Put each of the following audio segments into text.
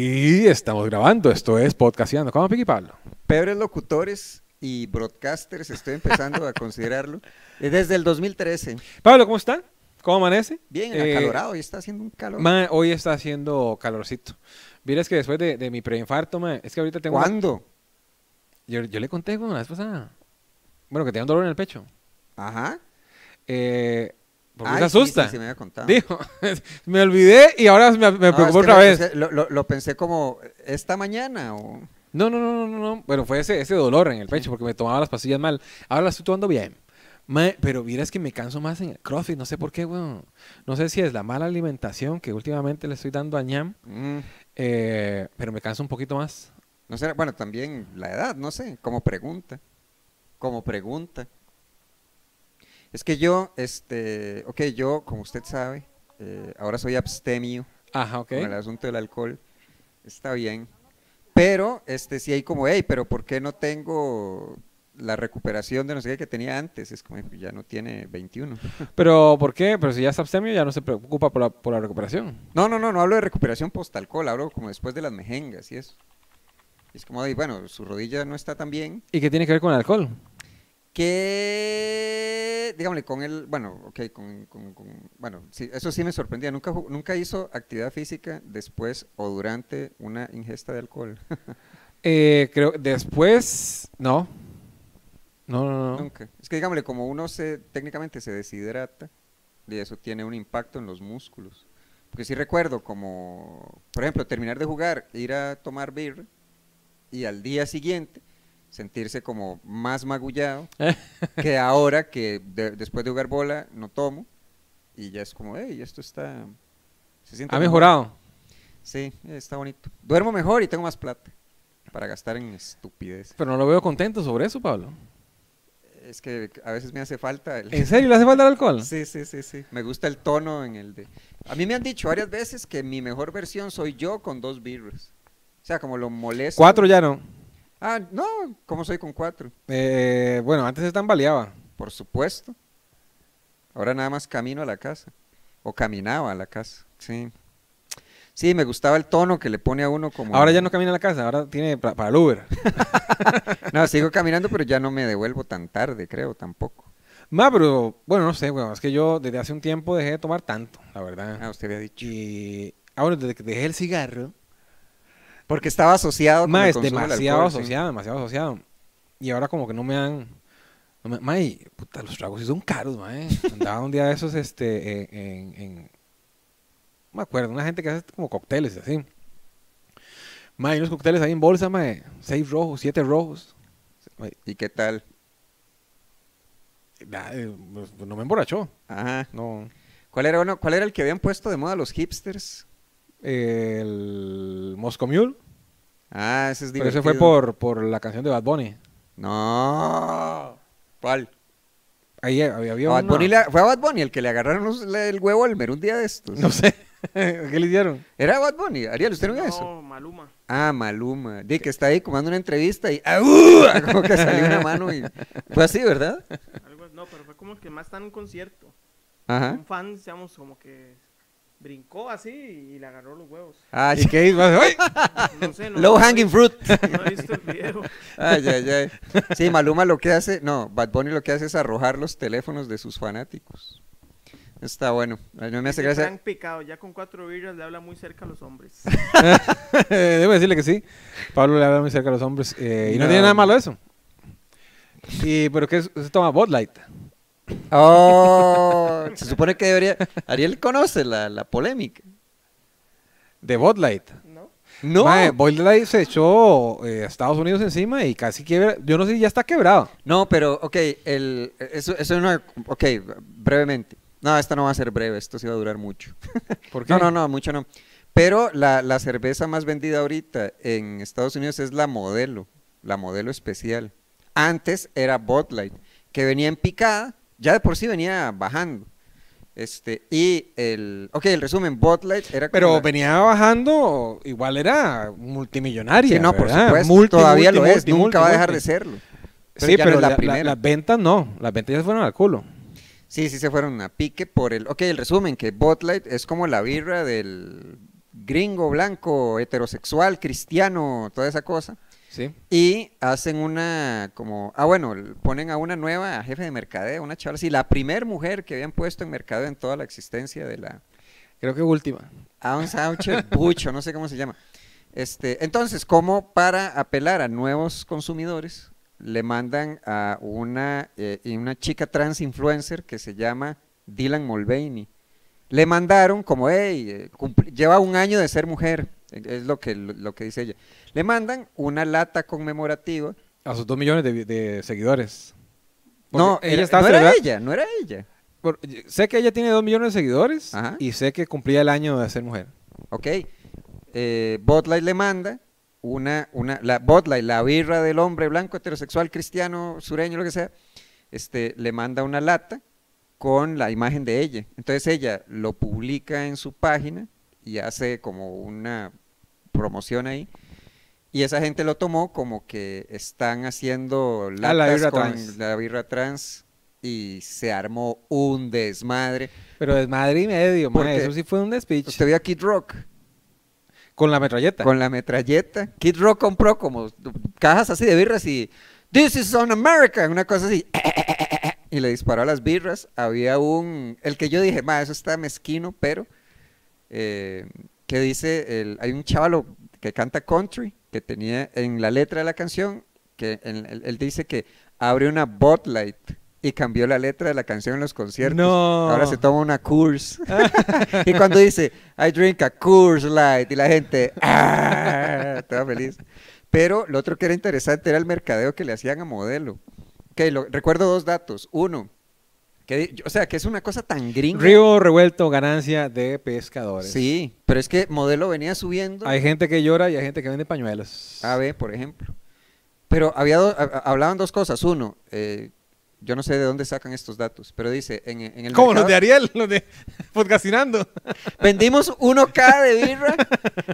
Y estamos grabando, esto es Podcasteando. ¿Cómo, Piqui Pablo? Peores locutores y broadcasters, estoy empezando a considerarlo, desde el 2013. Pablo, ¿cómo está? ¿Cómo amanece? Bien, Eh, acalorado, y está haciendo un calor. ma, hoy está haciendo calorcito. Mira, es que después de, de mi preinfarto, ma, es que ahorita tengo... una- ¿Cuándo? Yo, yo le conté, bueno, la vez pasada. Bueno, que tenía un dolor en el pecho. Ajá. Eh, porque Ay, se sí, asusta. sí, sí, me había contado. Dijo, me olvidé y ahora me, me No, preocupó es que otra lo vez. pensé- lo, lo- lo pensé como esta mañana o... No, no, no, no, no, no. Bueno, fue ese, ese dolor en el pecho porque me tomaba las pastillas mal. Ahora las estoy tomando bien. Ma- pero vieras que me canso más en el CrossFit, no sé por qué, weón. No sé si es la mala alimentación que últimamente le estoy dando a ñam, Mm, eh, pero me canso un poquito más. no sé, bueno, también la edad, no sé, como pregunta. Como pregunta. Es que yo, este, ok, yo, como usted sabe, eh, ahora soy abstemio. Ajá, ok. con el asunto del alcohol, está bien. Pero este sí hay como, hey, pero ¿por qué no tengo la recuperación de no sé qué que tenía antes? Es como, pues ya no tiene 21. Pero, ¿por qué? Pero si ya es abstemio, ya no se preocupa por la, por la recuperación. No, no, no, no hablo de recuperación post-alcohol, hablo como después de las mejengas y eso. Y es como, "Ay, bueno, su rodilla no está tan bien. ¿Y qué tiene que ver con el alcohol? Que, dígame, con el, bueno, ok, con, con- con- bueno, sí, eso sí me sorprendía. Nunca, ju- nunca hizo actividad física después o durante una ingesta de alcohol. Eh, creo, después, no. No, no, no. Nunca. Es que dígamele, como uno se técnicamente se deshidrata, y eso tiene un impacto en los músculos. Porque sí recuerdo como, por ejemplo, terminar de jugar, ir a tomar birra y al día siguiente sentirse como más magullado que ahora que de- después de jugar bola no tomo y ya es como, hey, esto está... Se siente Ha mejor". mejorado. Sí, está bonito. Duermo mejor y tengo más plata para gastar en estupidez. Pero no lo veo contento sobre eso, Pablo. Es que a veces me hace falta el... ¿En serio le hace falta el alcohol? Sí, sí, sí, sí. Me gusta el tono en el de... A mí me han dicho varias veces que mi mejor versión soy yo con dos birras. O sea, como lo molesto. Cuatro ya no. Ah, no, ¿cómo soy con cuatro? Eh, bueno, antes se tambaleaba. Por supuesto. Ahora nada más camino a la casa. O caminaba a la casa, sí. Sí, me gustaba el tono que le pone a uno como... Ahora ya no camina a la casa, ahora tiene pa- para el Uber. No, sigo caminando, pero ya no me devuelvo tan tarde, creo, tampoco. Más, pero bueno, no sé, weón. Es que yo desde hace un tiempo dejé de tomar tanto, la verdad. Ah, usted había dicho. Y ahora desde que dejé el cigarro, Porque estaba asociado con ma, el es consumo del demasiado alcohol, sí. asociado, demasiado asociado. Y ahora como que no me han... No me, ma, y, puta, los tragos sí son caros, ma. eh. Andaba un día de esos, este, eh, en... en- no me acuerdo, una gente que hace como cócteles, así. Ma, y unos cócteles ahí en bolsa, ma, de seis rojos, siete rojos. Ma, ¿Y qué tal? la- eh, pues, no me emborrachó. Ajá. No. ¿Cuál era, uno- ¿Cuál era el que habían puesto de moda los hipsters? El Moscow Mule. Ah, ese es Pero divertido. ese fue por, por la canción de Bad Bunny. No. ¿Cuál? Ahí había, había A Bad una- Bunny le- fue a Bad Bunny el que le agarraron los- le- el huevo al mer un día de estos. No sé. ¿Qué le hicieron? Era Bad Bunny. Ariel, ¿usted no vio eso? No, Maluma. Ah, Maluma. Di que está ahí comando una entrevista y ¡au! Como que salió una mano y... Fue así, ¿verdad? algo- no, pero fue como que más está en un concierto. Ajá. Un fan, digamos, como que brincó así y le agarró los huevos. Ah, ¿Y sí. qué hizo? ¡Ay! No sé, no. Low no he hanging visto- fruit. No he visto el video. Ay, ay, ay. Sí, Maluma lo que hace, no, Bad Bunny lo que hace es arrojar los teléfonos de sus fanáticos. Está bueno. Ay, No me hace Dice gracia. Frank Picado, ya con cuatro birras le habla muy cerca a los hombres. Debo decirle que sí. Pablo le habla muy cerca a los hombres. eh, y no, No. tiene nada malo eso. Y, ¿Pero qué es? se toma? Bud Light. Oh, se supone que debería. Ariel conoce la, la polémica. De Bud Light. ¿No? No, Mae, Bud Light se echó eh, a Estados Unidos encima y casi quiebra. Yo no sé si ya está quebrado. no, pero, ok, el, eso, eso no. Ok, brevemente. No, esta no va a ser breve, esto sí va a durar mucho. ¿Por qué? No, no, no, mucho no. Pero la, la cerveza más vendida ahorita en Estados Unidos es la modelo, la modelo especial. Antes era Bud Light, que venía en picada, ya de por sí venía bajando. Este, y el, ok, el resumen, Bud Light era como Pero la- venía bajando, igual era multimillonaria. Sí, no, por ¿verdad? supuesto. Multi, todavía multi, lo es. multi, nunca multi, va a dejar multi. de serlo. Pero sí, ya pero no es la la- la- primera. las ventas no. Las ventas ya se fueron al culo. Sí, sí se fueron a pique por el... Ok, el resumen, que Bud Light es como la birra del gringo, blanco, heterosexual, cristiano, toda esa cosa. Sí. Y hacen una, como, ah, bueno, l- ponen a una nueva jefe de mercadeo, una chavala, sí, la primer mujer que habían puesto en mercadeo en toda la existencia de la Creo que última. Aung San Suu Bucho, no sé cómo se llama. Este, entonces, como para apelar a nuevos consumidores, le mandan a una, eh, y una chica trans influencer que se llama Dylan Mulvaney. Le mandaron como, hey, eh, cumpl- lleva un año de ser mujer, eh, es lo que, lo, lo que dice ella. Le mandan una lata conmemorativa. A sus dos millones de, de seguidores. Porque No, era- estaba no era celebra- ella, no era ella. Por- sé que ella tiene dos millones de seguidores Ajá. y sé que cumplía el año de ser mujer. Ok. Eh, Bud Light le manda una, una, la Bud Light, la birra del hombre blanco, heterosexual, cristiano, sureño, lo que sea, este, le manda una lata con la imagen de ella. Entonces ella lo publica en su página y hace como una promoción ahí. Y esa gente lo tomó como que están haciendo Ah, latas la birra con trans. la birra trans y se armó un desmadre. Pero es madre y medio, mae, Porque- Eso sí fue un despiche. Usted vio a Kid Rock. Con la metralleta. Con la metralleta. Kid Rock compró como cajas así de birras y This is on America, una cosa así. Y le disparó a las birras. Había un, el que yo dije, ma, eso está mezquino, pero eh, que dice, el- hay un chavalo que canta country que tenía en la letra de la canción que en- él, él dice que abre una Bud Light y cambió la letra de la canción en los conciertos. No. Ah. Ahora se toma una Coors. y cuando dice, I drink a Coors Light, y la gente, "Ah", toda feliz. Pero lo otro que era interesante era el mercadeo que le hacían a modelo. Que lo- recuerdo dos datos. Uno, que, di- yo- o sea, que es una cosa tan gringa. Río revuelto, ganancia de pescadores. Sí, pero es que modelo venía subiendo. Hay gente que llora y hay gente que vende pañuelos. AB, por ejemplo. Pero había do- a- a- hablaban dos cosas. Uno, eh, yo no sé de dónde sacan estos datos, pero dice, en, en el Como los mercado- de Ariel, los de podcastinando. vendimos 1K de birra.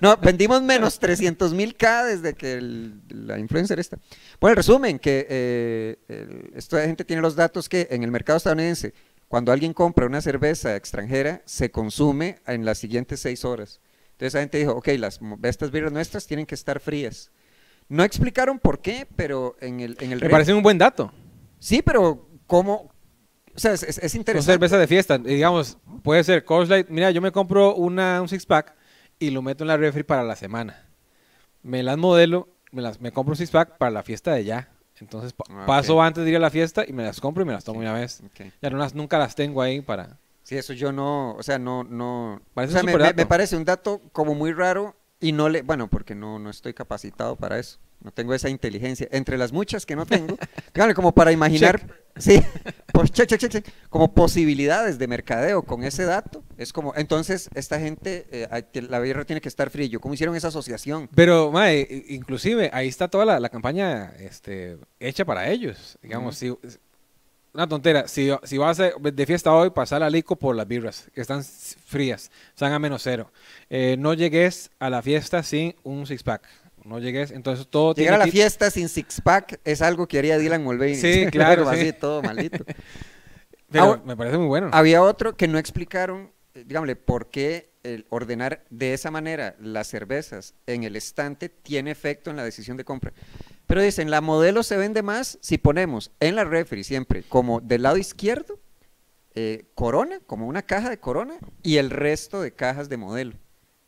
No, vendimos menos 300 mil K desde que el- la influencer está. Bueno, el resumen, que eh, el- esta gente tiene los datos que en el mercado estadounidense, cuando alguien compra una cerveza extranjera, se consume en las siguientes seis horas. Entonces la gente dijo, ok, las, mo- estas birras nuestras tienen que estar frías. No explicaron por qué, pero en el, en el Me ref- parece un buen dato. Sí, pero cómo... O sea, es, es- es Son interesante. cerveza de fiesta. Y digamos, puede ser Coors Light. Mira, yo me compro una, un six pack y lo meto en la refri para la semana. Me las modelo, me, las, me compro un six pack para la fiesta de ya. Entonces pa- Ah, ok. paso antes de ir a la fiesta y me las compro y me las tomo una vez. Ok. Ya no las, nunca las tengo ahí para. Sí, eso yo no, o sea, no, no. Parece o sea, un me, me- superdato. me parece un dato como muy raro y no le, bueno, porque no, no estoy capacitado para eso. No tengo esa inteligencia. Entre las muchas que no tengo, díganle, como para imaginar, sí, por- check, check, check, check, como posibilidades de mercadeo con ese dato. Es como, entonces, esta gente, eh, hay que- la birra tiene que estar fría. Yo, ¿Cómo hicieron esa asociación? Pero, mae, i- inclusive ahí está toda la, la campaña este, hecha para ellos. Digamos, si- es- una tontera. Si, si vas a- de fiesta hoy, pasar la lico por las birras, que están s- frías, están a menos cero. Eh, no llegues a la fiesta sin un six-pack. No llegues, entonces todo Llegar a tiene la que- fiesta sin six-pack es algo que haría Dylan Mulvaney. Sí, claro, Pero sí. Así todo maldito. Pero Ah, bueno. me parece muy bueno. Había otro que no explicaron, eh, digámosle, por qué el ordenar de esa manera las cervezas en el estante tiene efecto en la decisión de compra. Pero dicen, la modelo se vende más si ponemos en la refri siempre como del lado izquierdo eh, corona, como una caja de corona y el resto de cajas de modelo.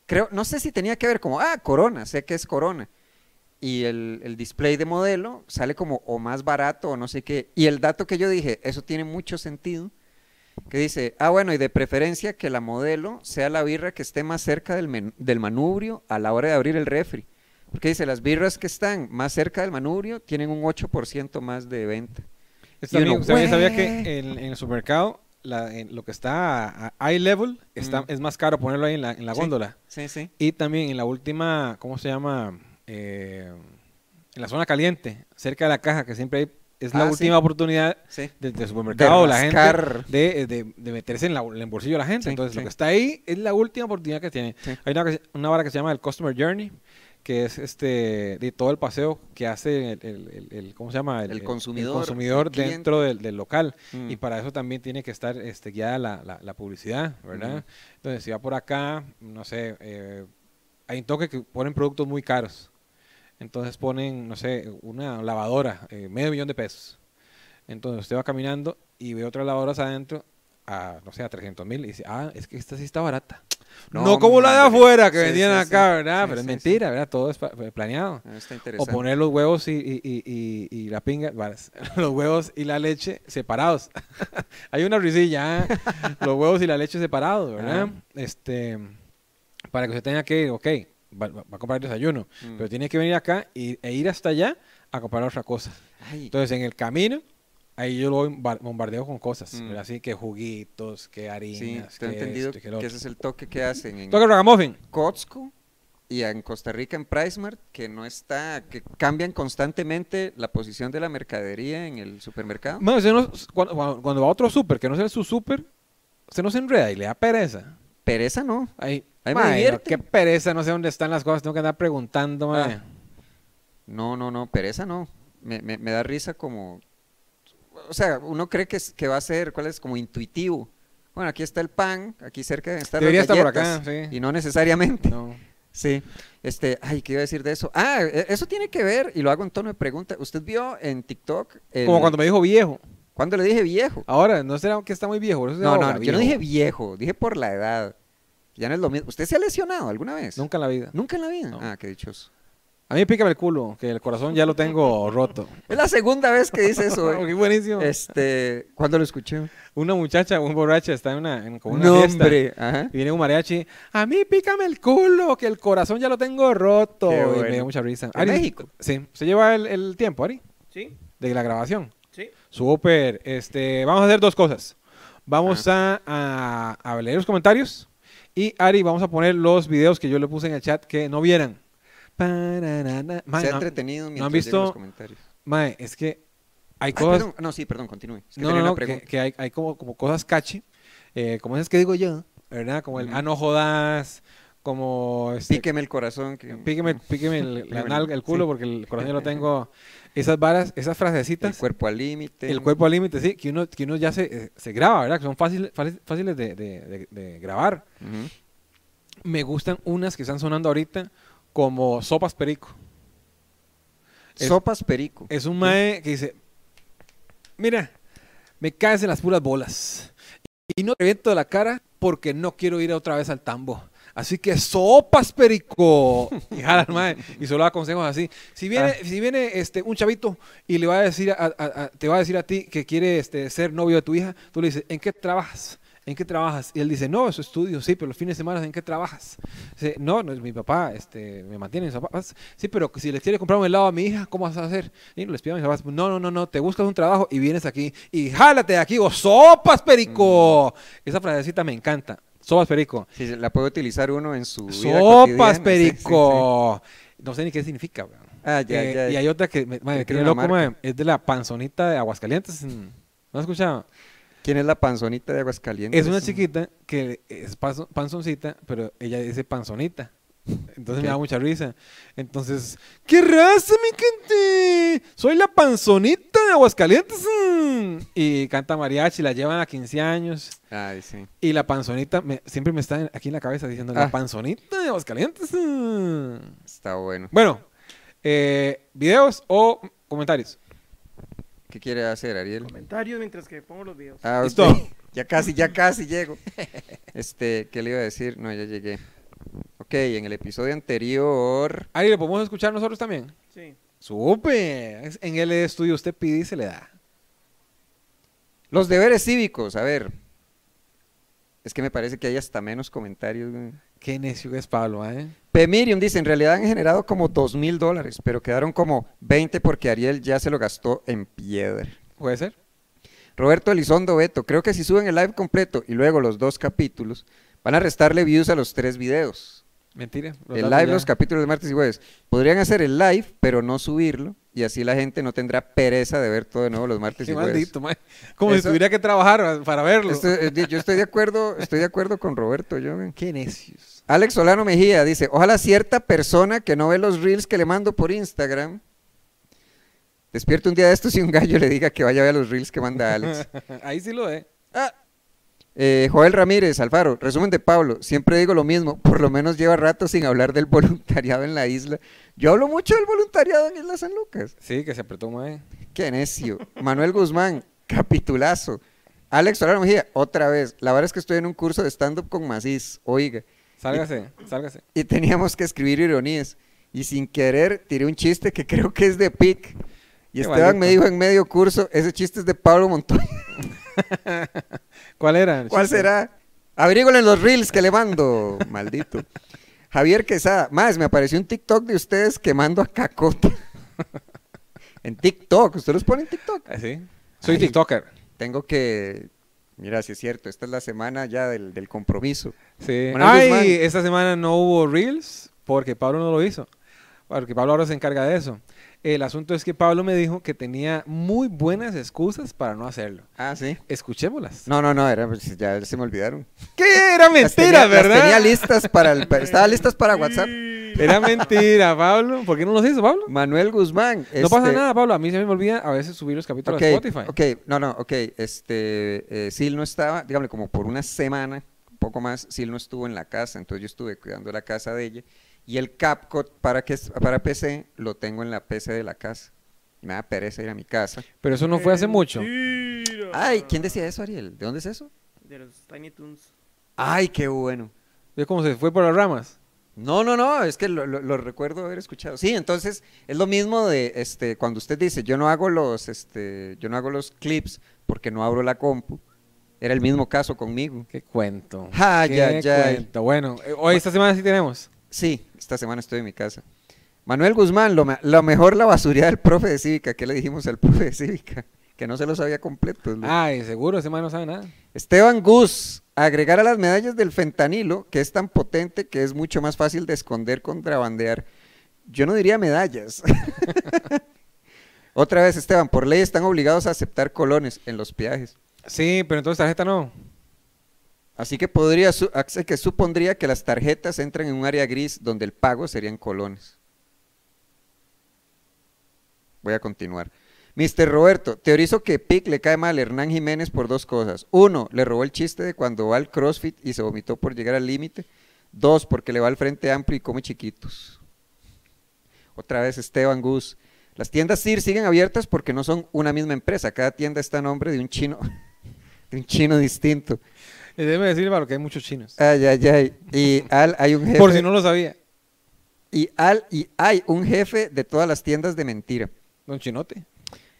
Creo, no sé si tenía que ver como, ah, corona, sé que es corona. Y el, el display de modelo sale como o más barato o no sé qué. Y el dato que yo dije, eso tiene mucho sentido, que dice, ah, bueno, y de preferencia que la modelo sea la birra que esté más cerca del, men- del manubrio a la hora de abrir el refri. Porque dice, las birras que están más cerca del manubrio tienen un 8% más de venta. Este Y uno, amigo, ¿sabía, sabía "Güey". que en, en el supermercado la- en lo que está a, a eye level está, Mm. es más caro ponerlo ahí en la, en la Sí. góndola? Sí, sí. Y también en la última, ¿cómo se llama? Eh, en la zona caliente, cerca de la caja, que siempre hay, es la Ah, sí. última oportunidad Sí. del del supermercado o la gente rascar. de, de- de meterse en, la- en el bolsillo de la gente. Sí, Entonces, lo sí. que está ahí es la última oportunidad que tiene. Sí. Hay una, que- una vara que se llama el Customer Journey, que es este de todo el paseo que hace el, el- el- el- ¿cómo se llama? El consumidor, consumidor el cliente. dentro del, del local. Mm. Y para eso también tiene que estar este, guiada la, la- la publicidad, ¿verdad? Ujú. Entonces, si va por acá, no sé, eh, hay un toque que ponen productos muy caros. Entonces ponen, no sé, una lavadora, eh, medio millón de pesos. Entonces usted va caminando y ve otras lavadoras adentro a, no sé, a 300 mil y dice, ah, es que esta sí está barata. No, No, como la de hombre. afuera que Sí, vendían sí, sí. acá, ¿verdad? Sí, Pero es sí, mentira, ¿verdad? Todo es pa- eh, planeado. Ah, Está O interesante. poner los huevos y, y- y- y- y la pinga, va, los huevos y la leche separados. Hay una risilla, ¿eh? los huevos y la leche separados, ¿verdad? Ah. Este, para que usted tenga que ir, ok, va, va- va a comprar desayuno, Mm. pero tiene que venir acá y- e ir hasta allá a comprar otra cosa. Ay, Entonces, en el camino, ahí yo lo bombar- bombardeo con cosas, Mm. ¿verdad? Así que juguitos, que sí, harinas, te he que entendido esto y que que lo otro. ese es el toque que hacen en Toca el ragamuffin. Costco y en Costa Rica en PriceMart, que no está, que cambian constantemente la posición de la mercadería en el supermercado. Mae, usted no- cuando, cuando- cuando va a otro súper, que no sea su súper, usted no se enreda y le da pereza. Pereza no. Ahí, Ahí me mae, no, divierte. qué pereza, no sé dónde están las cosas, tengo que andar preguntando, mae. Ah. No, no, no, pereza no. Me, me- me da risa como... O sea, uno cree que, es- que va a ser, ¿cuál es? Como intuitivo. Bueno, aquí está el pan, aquí cerca de estar Debería las estar por galletas, acá, sí. Y no necesariamente. No. Sí. Este, ay, ¿qué iba a decir de eso? Ah, e- eso tiene que ver, y lo hago en tono de pregunta. ¿Usted vio en TikTok el- Como cuando me dijo viejo. cuando le dije viejo? Ahora, no será que está muy viejo. por eso se No, ahoga, no, yo viejo. no dije viejo, dije por la edad. Ya no es lo mismo. ¿Usted se ha lesionado alguna vez? Nunca en la vida. Nunca en la vida. No. Ah, qué dichoso. A mí pícame el culo, que el corazón ya lo tengo roto. Es la segunda vez que dice eso. eh. Qué buenísimo. Este, ¿cuándo lo escuché? Una muchacha, un borracha, está en una, en, con una fiesta. Nombre. Ajá. Y viene un mariachi. A mí pícame el culo, que el corazón ya lo tengo roto. Qué Y me bueno. dio mucha risa. ¿En México? Sí. Se lleva el, el tiempo, Ari, Sí, de la grabación. sí. Super. Este, vamos a hacer dos cosas. Vamos a, a, a leer los comentarios. Y Ari, vamos a poner los videos que yo le puse en el chat que no vieran. Pararana. Mae, se ha no- entretenido mientras han llegan visto los comentarios. mae, es que hay Ay, cosas. perdón. No, sí, perdón, continúe. Es que no, tenía no, una no, que, pregunta. que hay, hay como, como cosas cachi, eh, como esas que digo yo, ¿verdad? Como el, Ujú. ah, no jodas, como... Este, Píqueme el corazón. que- píqueme, píqueme el, la Píqueme el- nalga, el culo, sí. porque el corazón ya lo tengo. Esas varas, esas El frasecitas, el, cuerpo al límite. cuerpo al límite, sí, que uno, que uno ya se, eh, se graba, ¿verdad? Que son fáciles, fáciles, fáciles de, de- de- de grabar. Ujú. Me gustan unas que están sonando ahorita como sopas perico. Es- Sopas perico. Es un mae que dice, mira, me caes en las puras bolas y no te reviento la cara porque no quiero ir otra vez al tambo. Así que sopas, perico. Y jala al mae. Y solo da consejos así. Si viene, si viene este, un chavito y le va a decir a- a- a- te va a decir a ti que quiere este, ser novio de tu hija, tú le dices, ¿en qué trabajas? ¿En qué trabajas? Y él dice, no, eso estudio, sí, pero los fines de semana, ¿en qué trabajas? Dice, no, no es mi papá, este, me mantiene mis papás. Sí, pero si le quiere comprar un helado a mi hija, ¿cómo vas a hacer? Y les pido a mis papás, no, no, no, no, te buscas un trabajo y vienes aquí y jálate de aquí, o sopas, perico. Mm. Esa frasecita me encanta. Sopas, perico. Sí, la puede utilizar uno en su vida cotidiana, sí, Sopas, sí, perico. No sé ni qué significa, weón. sí. Ah, ya, Eh, ya. Y hay otra que me, madre, tiene Yo quiero una loco, marca. madre, es de la panzonita de Aguascalientes. mm. ¿No has escuchado? ¿Quién es la panzonita de Aguascalientes? Es una chiquita que es paso- panzoncita, pero ella dice panzonita. Entonces me Ok. da mucha risa. Entonces, ¡qué raza, mi gente! Soy la panzonita de Aguascalientes. mm". Y canta mariachi, la llevan a 15 años. Ay, sí. Y la panzonita me- siempre me está en- aquí en la cabeza diciendo, la Ah. panzonita de Aguascalientes. mm". Está bueno. Bueno, eh, videos o comentarios. ¿Qué quiere hacer, Ariel? Comentarios mientras que pongo los videos. Ah, Listo. ok. Ya casi, ya casi llego. Este, ¿qué le iba a decir? No, ya llegué. Ok, en el episodio anterior. Ari, ¿lo podemos escuchar nosotros también? Sí. ¡Súper! Es- En el estudio usted pide y se le da. Los deberes cívicos, a ver. Es que me parece que hay hasta menos comentarios. güey. Qué necio que es Pablo, ¿eh? Pemirium dice, en realidad han generado como dos mil dólares, pero quedaron como 20 porque Ariel ya se lo gastó en piedra. ¿Puede ser? Roberto Elizondo Beto, creo que si suben el live completo y luego los dos capítulos, van a restarle views a los tres videos. Mentira. los el datos live, ya- los capítulos de martes y jueves. Podrían hacer el live, pero no subirlo, y así la gente no tendrá pereza de ver todo de nuevo los martes Qué y jueves. maldito, mae. Como si Eso- tuviera que trabajar para verlo. Esto- eh, di- yo estoy de acuerdo, estoy de acuerdo con Roberto, yo. güey. Qué necios. Alex Solano Mejía dice, ojalá cierta persona que no ve los reels que le mando por Instagram, despierte un día de estos y un gallo le diga que vaya a ver los reels que manda Alex. Ahí sí lo ve. Ah, Eh, Joel Ramírez, Alfaro, resumen de Pablo, siempre digo lo mismo, por lo menos lleva rato sin hablar del voluntariado en la isla. Yo hablo mucho del voluntariado en Isla San Lucas. Sí, que se apretó, mae. Qué necio. Manuel Guzmán, capitulazo. Alex Solano Mejía, otra vez. La verdad es que estoy en un curso de stand-up con Macís, oiga. Sálgase, sálgase. Y teníamos que escribir ironías. Y sin querer tiré un chiste que creo que es de Pic. Qué Y Esteban maluco. me dijo en medio curso, ese chiste es de Pablo Montoya. ¿Cuál era? el ¿Cuál chiste? será? Averígüenlo en los reels que le mando, maldito. Javier Quesada, más, me apareció un TikTok de ustedes quemando a Cacota. en TikTok, ¿ustedes los ponen en TikTok? Ah, sí. Soy Ay. TikToker. Tengo que... Mira, si es cierto, esta es la semana ya del, del compromiso. Sí. Manuel Ay, Guzmán. esta semana no hubo Reels porque Pablo no lo hizo. Porque Pablo ahora se encarga de eso. El asunto es que Pablo me dijo que tenía muy buenas excusas para no hacerlo. Ah, sí. Escuchémoslas. No, no, no, era, pues, ya se me olvidaron. ¿Qué? Era Las mentira, tenía- las ¿verdad? tenía listas para el... pa- Estaba listas para WhatsApp. Era mentira, Pablo. ¿Por qué no los hizo, Pablo? Manuel Guzmán. No pasa este, nada, Pablo. A mí se me olvida a veces subir los capítulos Ok, a Spotify. ok, no, no, ok. Este, eh, Sil no estaba, dígame, como por una semana, un poco más, Sil no estuvo en la casa, entonces yo estuve cuidando la casa de ella. Y el CapCut para, que, es- para PC lo tengo en la PC de la casa. Y me da pereza ir a mi casa. Pero eso no fue Eh, hace mucho. Mentira. Ay, ¿quién decía eso, Ariel? ¿De dónde es eso? De los Tiny Toons. Ay, qué bueno. Es como se fue por las ramas. No, no, no, es que lo, lo- lo recuerdo haber escuchado. Sí, entonces es lo mismo de este cuando usted dice, yo no hago los este, yo no hago los clips porque no abro la compu. Era el mismo caso conmigo. Qué cuento. Ay, Qué ay, ay. cuento. Bueno, eh, hoy esta semana sí tenemos. Sí, esta semana estoy en mi casa. Manuel Guzmán, lo, me- lo mejor la basuría del profe de cívica. ¿Qué le dijimos al profe de cívica? Que no se lo sabía completo. ¿no? Ay, Ah, seguro, ese man no sabe nada. Esteban Gus, agregar a las medallas del fentanilo, que es tan potente que es mucho más fácil de esconder, contrabandear. Yo no diría medallas. Otra vez, Esteban, por ley están obligados a aceptar colones en los peajes. Sí, pero entonces tarjeta no. Así que podría, su- así que supondría que las tarjetas entran en un área gris donde el pago serían colones. Voy a continuar. Mr. Roberto, teorizo que Pic le cae mal a Hernán Jiménez por dos cosas. Uno, le robó el chiste de cuando va al CrossFit y se vomitó por llegar al límite. Dos, porque le va al frente amplio y come chiquitos. Otra vez Esteban Gus. Las tiendas SIR siguen abiertas porque no son una misma empresa. Cada tienda está a nombre de un chino, de un chino distinto. Eh, Déjeme decir, Pablo, que hay muchos chinos. Ay, ay, ay. Y al, hay un Eh, jefe. Por si no lo sabía. Y al, y hay un jefe de todas las tiendas de mentira. Don Chinote.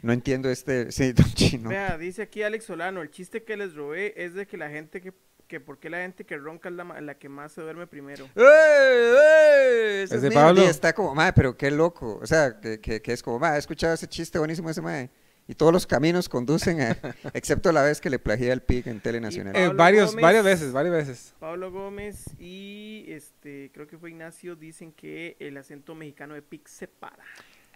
No entiendo este. Sí, don Chino. Vea, dice aquí Alex Solano, el chiste que les robé es de que la gente que, que por qué la gente que ronca es la, ma- la que más se duerme primero. ¡Ey, ey! Ese Es de mío. Pablo. Y está como, madre, pero qué loco. O sea, que, que- que es como, madre, he escuchado ese chiste buenísimo ese madre. Y todos los caminos conducen a. excepto la vez que le plagié al PIC en Telenacional. Eh, Pablo varios, Gómez. varias veces, varias veces. Pablo Gómez y este creo que fue Ignacio dicen que el acento mexicano de Pic se para.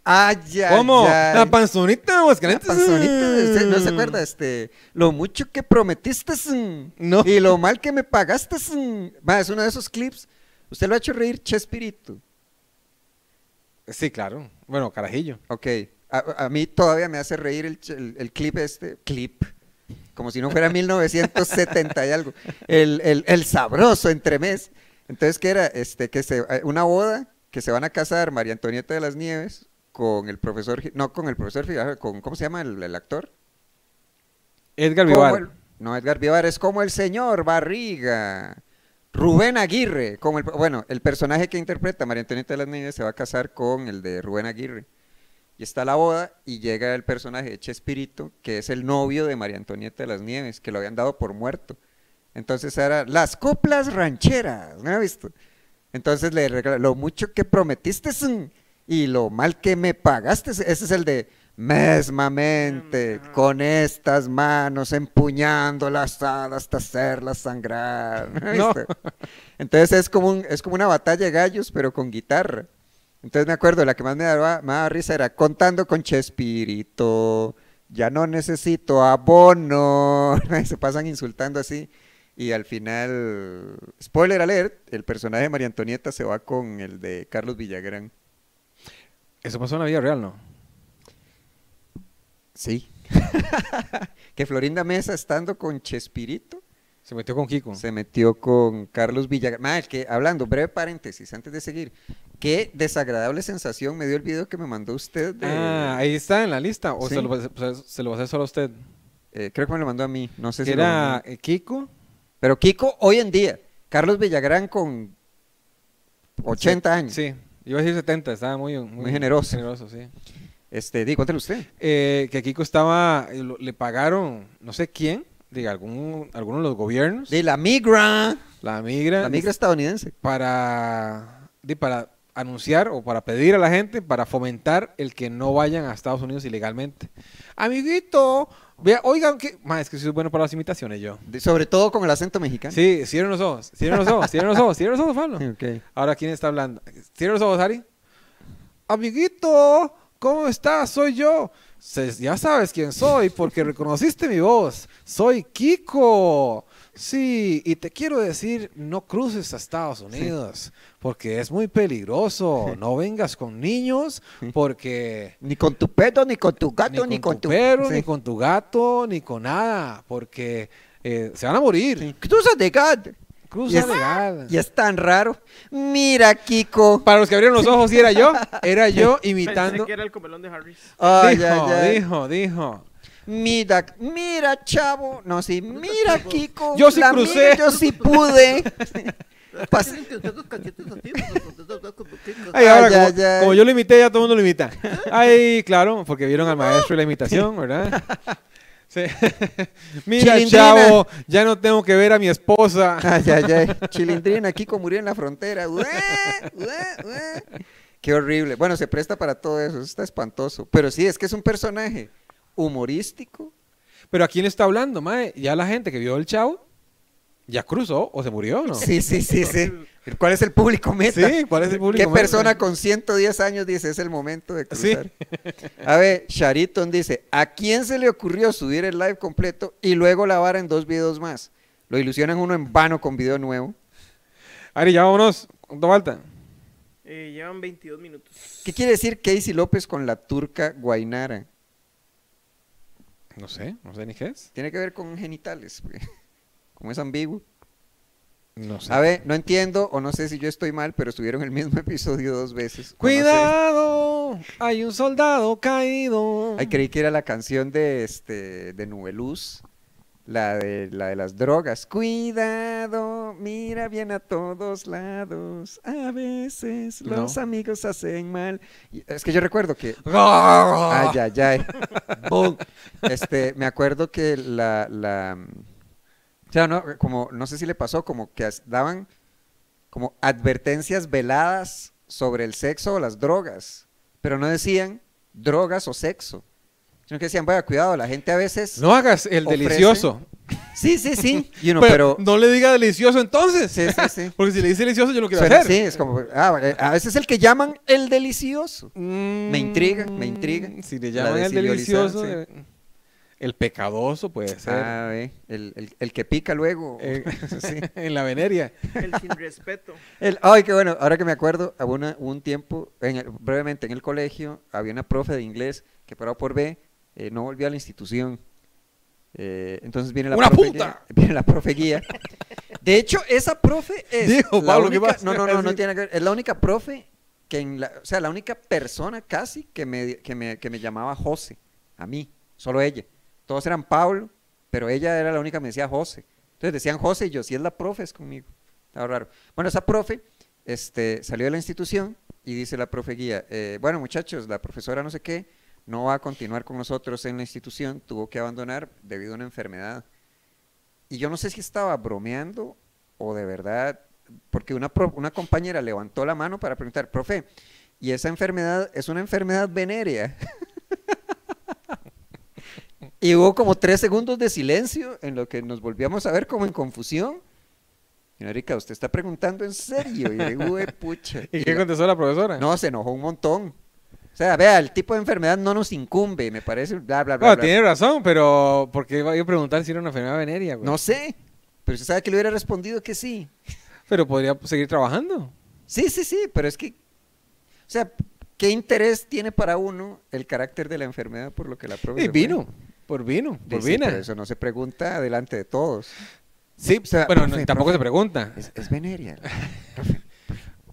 ¡Ay, ay, ¿Cómo? ay! La panzonita Mm. de Aguascalientes. La panzonita, ¿usted no se acuerda? Este, lo mucho que prometiste mm, No. y lo mal que me pagaste. mm. Ma, es uno de esos clips. Usted lo ha hecho reír, Chespirito. Sí, claro. Bueno, carajillo. Ok. A, a mí todavía me hace reír el, ch- el- el clip este. Clip. Como si no fuera 1970 y algo. El, el, el sabroso entremés. Entonces, ¿qué era? Este, que se, eh, una boda que se van a casar María Antonieta de las Nieves con el profesor, Gi- no con el profesor, Figueroa, con, ¿cómo se llama el- el actor? Edgar como Vivar. el- no, Edgar Vivar es como el señor Barriga. Rubén Aguirre, como el, bueno, el personaje que interpreta María Antonieta de las Nieves se va a casar con el de Rubén Aguirre. Y está la boda y llega el personaje de Chespirito, que es el novio de María Antonieta de las Nieves, que lo habían dado por muerto. Entonces era las coplas rancheras, ¿no has visto? Entonces le regala lo mucho que prometiste mm, y lo mal que me pagaste. Ese es el de mesmamente, Ajá. con estas manos empuñando las hadas hasta hacerlas sangrar. ¿no has No. visto? Entonces es como, un- es como una batalla de gallos, pero con guitarra. Entonces me acuerdo, la que más me daba, me daba risa era contando con Chespirito, ya no necesito abono. Se pasan insultando así. Y al final, spoiler alert, el personaje de María Antonieta se va con el de Carlos Villagrán. Eso pasó en la vida real, ¿no? Sí. que Florinda Mesa estando con Chespirito Se metió con Kiko. Se metió con Carlos Villagrán. Madre, que hablando, breve paréntesis, antes de seguir. Qué desagradable sensación me dio el video que me mandó usted. De, Ah, ahí está en la lista. ¿O Sí. se, lo, se- se lo va a hacer solo a usted? eh, creo que me lo mandó a mí. No sé si lo Era mandó. eh, Kiko. Pero Kiko, hoy en día, Carlos Villagrán con 80 años. Sí. Iba a decir 70, estaba muy, muy, Muy generoso. generoso, sí. Este, di, cuéntelo usted. Eh, que Kiko estaba, eh, lo- le pagaron, no sé quién, diga, algún, alguno de los gobiernos, De la migra. la migra, La migra estadounidense. para, di, para anunciar o para pedir a la gente, para fomentar el que no vayan a Estados Unidos ilegalmente. Amiguito, vea, oigan que, más es que soy bueno para las imitaciones yo. De- sobre todo con el acento mexicano. Sí, cierren los ojos, cierren los ojos, cierren los ojos, cierren los ojos, Pablo. Ok. Ahora, ¿quién está hablando? Cierra los ojos, Ari. Amiguito, ¿cómo estás? Soy yo. Se- ya sabes quién soy porque reconociste mi voz. Soy Kiko. Sí, y te quiero decir, no cruces a Estados Unidos porque es muy peligroso. No vengas con niños porque... Ni con tu pedo, ni con tu gato, ni con, tu perro, Sí. ni con tu gato, ni con nada, porque eh, se van a morir. Sí. Cruza de gato. Cruza Y es- legal. Y es tan raro. Mira, Kiko. Para los que abrieron los ojos, sí era yo, era yo imitando. Pensé que era el comelón de Harris. Ay, dijo, ay, ay. dijo, dijo. Mira, mira, chavo. No, sí, mira, Kiko. Yo sí La crucé. migra, yo sí pude. Pas- Ah, Ay, ahora, Ay, como, ay, ay. como yo lo imité, ya todo el mundo lo imita. Ay, claro, porque vieron al maestro y la imitación, ¿verdad? Sí. Mira, Chilindrina. chavo, ya no tengo que ver a mi esposa. Ay, ay, ay. Chilindrina, Kiko murió en la frontera. Ué, ué, ué. Qué horrible. Bueno, se presta para todo eso. Eso está espantoso. Pero sí, es que es un personaje humorístico. Pero ¿a quién le está hablando, mae? Ya la gente que vio el chavo, ya cruzó o se murió, ¿no? Sí, sí, sí, sí. ¿Cuál es el público meta? Sí, ¿cuál es el público ¿Qué meta? persona con 110 años dice es el momento de Sí. cruzar? A ver, Shariton dice, ¿a quién se le ocurrió subir el live completo y luego la vara en dos videos más? Lo ilusionan uno en vano con video nuevo. Ari, ya vámonos. ¿Cuánto falta? Eh, llevan 22 minutos. ¿Qué quiere decir Casey López con la turca Guainara? No sé, no sé ni qué es. Tiene que ver con genitales, porque como es ambiguo. No sé. A ver, no entiendo o no sé si yo estoy mal, pero subieron el mismo episodio dos veces. o no sé. Cuidado, hay un soldado caído. Ay, creí que era la canción de este de Nubeluz, la de la de las drogas. Cuidado, mira bien a todos lados. A veces No. los amigos hacen mal. Y es que yo recuerdo que Ay, ay ay ay. eh. Boom. Este, me acuerdo que la la o sea, no, como no sé si le pasó como que as- daban como advertencias veladas sobre el sexo o las drogas, pero no decían drogas o sexo, sino que decían, vaya, cuidado, la gente a veces... No hagas el Ofrece. delicioso. Sí, sí, sí. Y uno, pero, pero... no le diga delicioso entonces. Sí, sí, sí. Porque si le dice delicioso, yo lo quiero Suena hacer. así, es como, ah, eh, a veces el que llaman el delicioso. Me intriga, me intriga. Mm, Si le La llaman de el Silvio delicioso, Lizán, eh, el pecadoso puede ser. Ah, ve, el, el- el que pica luego. Eh, Sí. en la veneria. El sin respeto. El- ay, qué bueno. Ahora que me acuerdo, hubo una- un tiempo, en el- brevemente en el colegio, había una profe de inglés que paró por B, eh, no volvió a la institución. Eh, entonces viene la ¡Una profe puta! Guía, viene la profe guía. De hecho, esa profe es Dijo, la Pablo, ¿qué única- pasa? no, no, no, no Sí. tiene que ver. Es la única profe que en la, o sea, la única persona casi que me, que me, que me llamaba José, a mí, solo ella. Todos eran Pablo, pero ella era la única que me decía José. Entonces decían José y yo, si es la profe, es conmigo. Estaba raro. Bueno, esa profe este, salió de la institución y dice la profe guía, eh, bueno muchachos, la profesora no sé qué, no va a continuar con nosotros en la institución, tuvo que abandonar debido a una enfermedad. Y yo no sé si estaba bromeando o de verdad, porque una, pro- una compañera levantó la mano para preguntar, profe, ¿y esa enfermedad es una enfermedad venérea? y hubo como tres segundos de silencio en lo que nos volvíamos a ver como en confusión. Señorica, usted está preguntando en serio. Y yo, "Hue pucha. ¿Y Y qué la- contestó la profesora? no, se enojó un montón. O sea, vea, el tipo de enfermedad no nos incumbe, me parece, bla, bla, bla. Bueno, Ah, bla. tiene razón, pero ¿por qué iba yo a preguntar si era una enfermedad veneria? güey? No sé, pero usted sabe que le hubiera respondido que sí. Pero podría seguir trabajando. Sí, sí, sí, pero es que, o sea, ¿qué interés tiene para uno el carácter de la enfermedad por lo que la prueba? pues Y vino, por vino, por vina. eso no se pregunta delante de todos. Sí, O sea, bueno, no, profe, tampoco profe. se pregunta. Es, es veneria.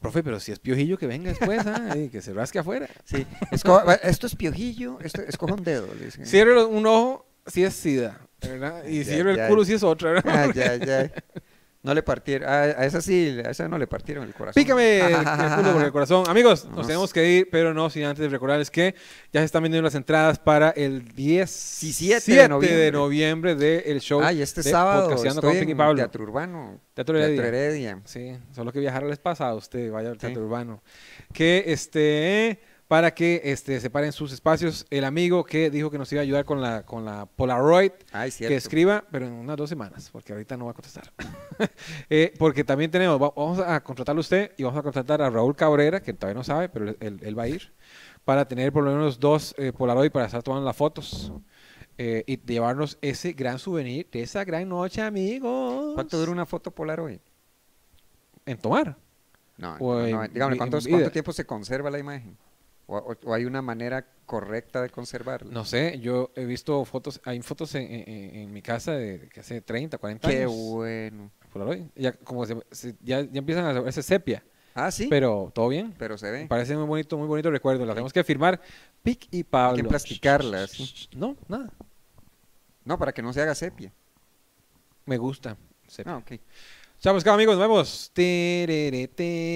Profe, pero si es piojillo que venga después, ah, y que se rasque afuera. Sí. Esco- va, esto es piojillo, esto, escoja un dedo. Le dicen. Cierre los- un ojo si es sida, ¿verdad? Y Ya, cierre ya. el culo si es otra, ¿verdad? Ay, ay, ay. Ah, No le partieron. A, a esa sí, a esa no le partieron el corazón. Pícame el, el culo con el corazón. Amigos, nos Nos- tenemos que ir, pero no sin antes recordarles que ya se están vendiendo las entradas para el 17 de de noviembre, noviembre. de el show. Ay, este de sábado Podcasteando estoy con Piqui en Pablo. Teatro Urbano. Teatro Heredia. Teatro Heredia. Sí, solo que viajar al pasado usted, vaya al Sí. teatro urbano. Que este, para que este, separen sus espacios, el amigo que dijo que nos iba a ayudar con la, con la Polaroid, Ay, cierto. que escriba, pero en unas dos semanas, porque ahorita no va a contestar. Eh, porque también tenemos, va- vamos a contratarlo a usted y vamos a contratar a Raúl Cabrera, que todavía no sabe, pero él, él va a ir, para tener por lo menos dos eh, Polaroid para estar tomando las fotos. eh, y llevarnos ese gran souvenir de esa gran noche, amigos. ¿Cuánto dura una foto polar hoy? En tomar. No, O no, en no, dígame, vi- ¿cuántos- en ¿cuánto vida. tiempo se conserva la imagen? ¿O, o- o hay una manera correcta de conservarla? No sé, yo he visto fotos, hay fotos en, en- en- en mi casa de que hace 30, 40 Qué años. bueno. Polaroid. Ya, como se- se- ya, ya empiezan a hacerse sepia, Ah, sí, pero, pero todo bien. se Me ve. parece muy bonito, muy bonito recuerdo. La tenemos que firmar Pic y Pablo. Hay que plasticarla, sí. No, nada. No, para que no se haga sepia. Me gusta. pues, sepia. Ah, ok. Chao, pescado, amigos. Nos vemos. Terere, tere.